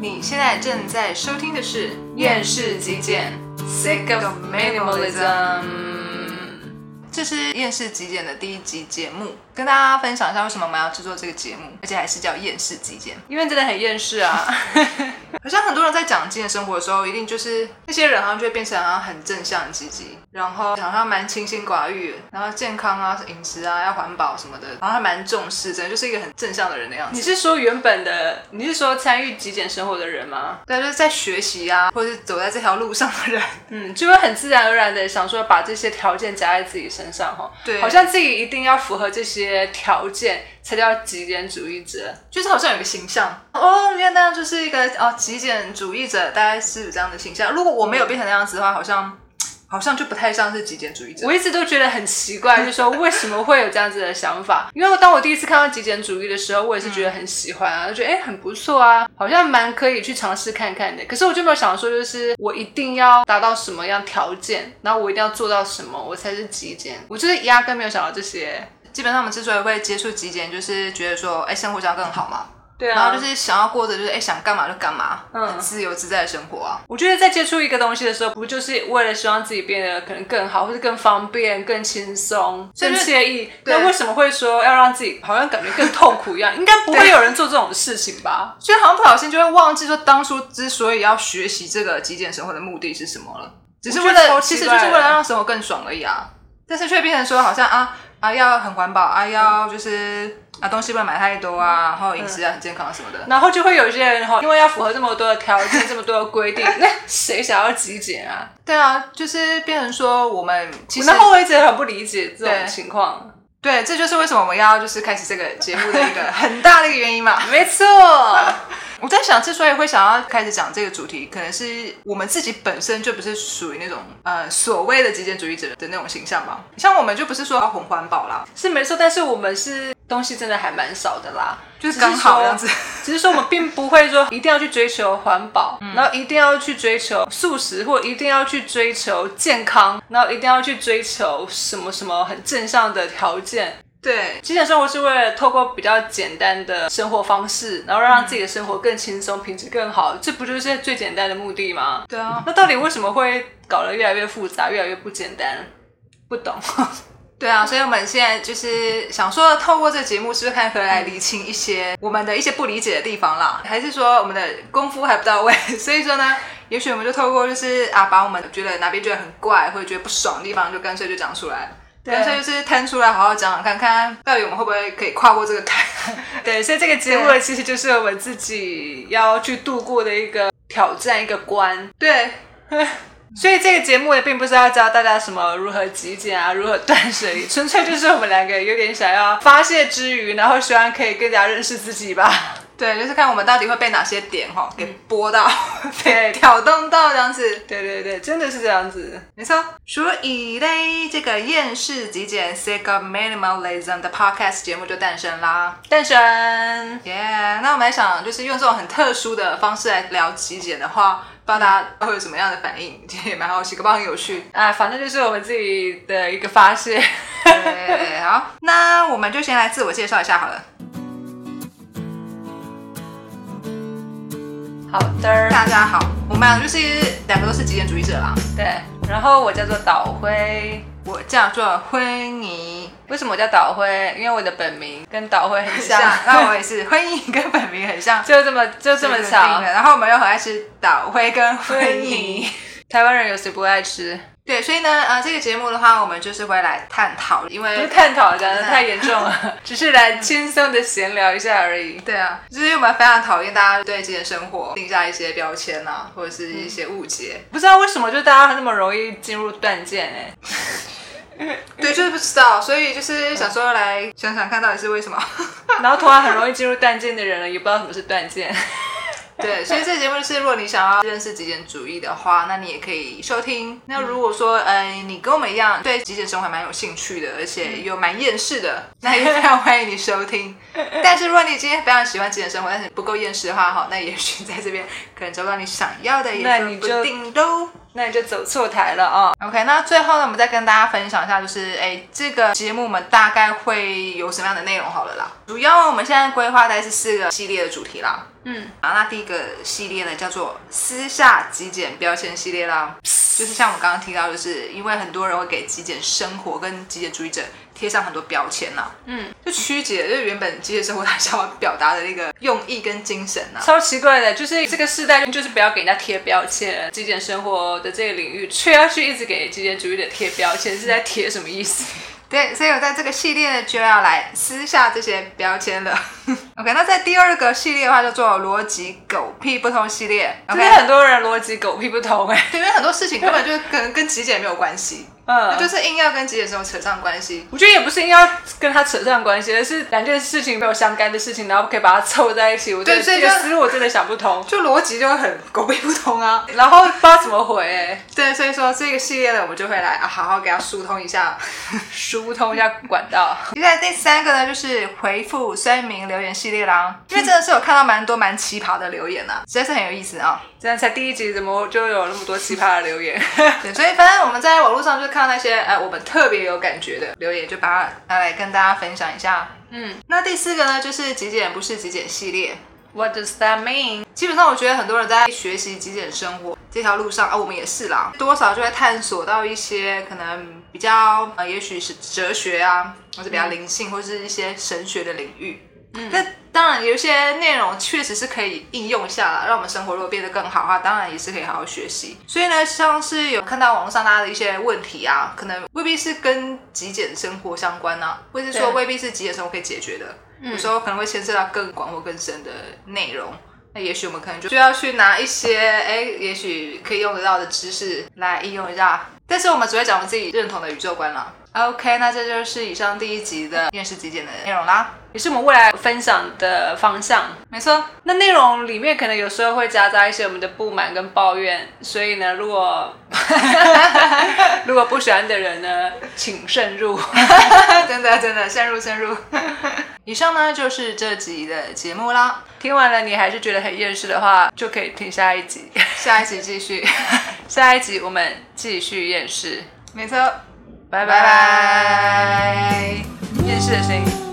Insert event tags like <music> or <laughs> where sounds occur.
你现在正在收听的是《厌世极简》（Sick of Minimalism），这是《厌世极简》的第一集节目，跟大家分享一下为什么我们要制作这个节目，而且还是叫《厌世极简》，因为真的很厌世啊。 <laughs> 好像很多人在讲极简生活的时候，一定就是那些人好像就会变成好像很正向、积极，然后好像蛮清心寡欲，然后健康啊、饮食啊、要环保什么的，然后还蛮重视，真的就是一个很正向的人的样子。你是说原本的？你是说参与极简生活的人吗？对，就是在学习啊，或者是走在这条路上的人， <laughs> 嗯，就会很自然而然的想说把这些条件加在自己身上哈，对好像自己一定要符合这些条件才叫极简主义者。就是好像有个形象哦，原来那样就是一个哦极简主义者，大概是这样的形象。如果我没有变成那样子的话，好像好像就不太像是极简主义者。我一直都觉得很奇怪，就说为什么会有这样子的想法？因为当我第一次看到极简主义的时候，我也是觉得很喜欢啊，就觉得哎、诶很不错啊，好像蛮可以去尝试看看的。可是我就没有想说，就是我一定要达到什么样条件，然后我一定要做到什么，我才是极简。我就是压根没有想到这些。基本上我们之所以会接触极简，就是觉得说，哎，生活这样更好嘛。对然后就就是是想要过着就是哎想干嘛就干嘛，嗯很自由自在的生活啊。我觉得在接触一个东西的时候，不就是为了希望自己变得可能更好，或是更方便、更轻松、以更就是惬意？对那为什么会说要让自己好像感觉更痛苦一样？应该不会对有人做这种事情吧？所以好像不小心就会忘记说，当初之所以要学习这个极简生活的目的是什么了，只是为我觉得了超其实奇就怪是的为了让生活更爽而已啊。但是却变成说好像啊啊要很环保啊，要就是啊东西不能买太多啊，然后饮食要很健康什么的。然后就会有一些人哈，因为要符合这么多的条件、这么多的规定，那谁想要极简啊？对啊，就是变成说我们其实然后我一直很不理解这对种情况。对，这就是为什么我们要就是开始这个节目的 <laughs> 一个很大的一个原因嘛。没错， <laughs> 我在想，之所以会想要开始讲这个主题，可能是我们自己本身就不是属于那种呃所谓的极简主义者的那种形象吧。像我们就不是说要很环保啦，是没错，但是我们是东西真的还蛮少的啦，就是刚好这样子。 <laughs> 只是说我们并不会说一定要去追求环保，然后一定要去追求素食，或一定要去追求健康，然后一定要去追求什么什么很正向的条件。对，极简生活是为了透过比较简单的生活方式，然后让自己的生活更轻松，品质更好，这不就是最简单的目的吗？对啊，那到底为什么会搞得越来越复杂，越来越不简单？不懂。对啊，所以我们现在就是想说，透过这个节目，是不是看可以来厘清一些我们的一些不理解的地方啦？还是说我们的功夫还不到位？ <laughs> 所以说呢，也许我们就透过就是啊，把我们觉得哪边觉得很怪或者觉得不爽的地方，就干脆就讲出来。对干脆就是摊出来，好好讲讲看看，到底我们会不会可以跨过这个坎？对，所以这个节目其实就是我们自己要去度过的一个挑战，一个关。 <laughs> 对，所以这个节目也并不是要教大家什么如何极简啊，如何断舍离， <laughs> 纯粹就是我们两个有点想要发泄之余，然后希望可以更加认识自己吧。 <laughs> 对，就是看我们到底会被哪些点哈给拨到、 <laughs> 被对挑动到这样子。对对对，真的是这样子。没错，所以嘞，这个厌世极简 （Sick of Minimalism） 的 podcast 节目就诞生啦。诞生，耶、那我们还想就是用这种很特殊的方式来聊极简的话，不知道大嗯家会有什么样的反应，其实也蛮好奇，搞不好很有趣。啊，反正就是我们自己的一个发泄。对，好，那我们就先来自我介绍一下好了。 <laughs> 好的，大家好，我们俩就是两个都是极简主义者啦。对。然后我叫做岛辉，我叫做婚妮，为什么我叫岛辉？因为我的本名跟岛辉 <laughs> 很像，那我也是婚妮跟本名很像，就这么就 <laughs> 这么巧。然后我们又很爱吃岛灰跟婚妮。，台湾人有谁不爱吃？ <laughs> 对，所以呢，呃，这个节目的话，我们就是会来探讨，因不是为探讨，讲的太严重了，只是来轻松的闲聊一下而已。对啊，就是我们非常讨厌大家对自己的生活定下一些标签啊，或者是一些误解。不知道为什么，就大家那么容易进入断剑哎、对，就是不知道，所以就是想说来想想看到底是为什 <laughs> 么。然后突然很容易进入断剑的人了，也不知道什么是断剑。对，所以这个节目就是，如果你想要认识极简主义的话，那你也可以收听。那嗯如果说，呃，你跟我们一样对极简生活还蛮有兴趣的，而且又蛮厌世的，嗯 <laughs> 那也非常欢迎你收 <laughs> 听。但是如果你今天非常喜欢极简生活，但是你不够厌世的话，哈，那也许在这边可能找不到你想要的，也那说你不就定喽。 <laughs> 那你就走错台了啊、 OK，那最后呢，我们再跟大家分享一下，就是哎，这个节目我们大概会有什么样的内容好了啦。主要我们现在规划大概是四个系列的主题啦。嗯，好，那第一个系列呢叫做私下极简标签系列啦，就是像我刚刚提到，就是因为很多人会给极简生活跟极简主义者贴上很多标签啦，嗯，就曲解就是原本极简生活他想要表达的那个用意跟精神呐、超奇怪的，就是这个世代就是不要给人家贴标签，极简生活的这个领域却要去一直给极简主义者贴标签，是在贴什么意思？对，所以我在这个系列呢就要来撕下这些标签了。OK，那在第二个系列的话叫做逻辑狗屁不通系列。因 OK，为很多人逻辑狗屁不通哎、对，因为很多事情根本就跟跟极简没有关系，嗯，就是硬要跟极简生活扯上关系。我觉得也不是应该要跟他扯上关系，而是两件事情没有相干的事情，然后可以把它凑在一起。我真的对所以这就个思路我真的想不通， <laughs> 就逻辑就会很狗屁不通啊，然后不知道怎么回、哎，对，所以说这个系列呢，我们就会来啊，好好给它疏通一下。 <laughs> 疏通一下管道。 <laughs> 接下来第三个呢，就是回复声明留言系列啦，因为真的是有看到蛮多蛮奇葩的留言啊，实在是很有意思啊。这样才第一集，怎么就有那么多奇葩的留言？ <laughs> 对，所以反正我们在网络上就看到那些呃我们特别有感觉的留言，就把它拿来跟大家分享一下。嗯那第四个呢，就是极简不是极简系列。 ，What does that mean？基本上我觉得很多人在学习极简生活这条路上啊，我们也是啦，多少就会探索到一些可能比较呃，也许是哲学啊，或者比较灵性，或是一些神学的领域。嗯，那当然有一些内容确实是可以应用下来，让我们生活如果变得更好的话，当然也是可以好好学习。所以呢，像是有看到网络上大家的一些问题啊，可能未必是跟极简生活相关啊，或是说对未必是极简生活可以解决的。有时候可能会牵涉到更广或更深的内容。那也许我们可能就就要去拿一些哎，也许可以用得到的知识来应用一下，但是我们只会讲我们自己认同的宇宙观了。OK，那这就是以上第一集的厌世极简的内容啦。也是我们未来分享的方向。没错，那内容里面可能有时候会夹杂一些我们的不满跟抱怨，所以呢，如果 <laughs> 如果不喜欢的人呢，请慎入。 <laughs> 真的真的深入深入。 <laughs> 以上呢就是这集的节目啦，听完了你还是觉得很厌世的话，就可以听下一集。下一集继续。 <laughs> 下一集我们继续厌世，没错，拜拜拜拜，拜。厌世的声音。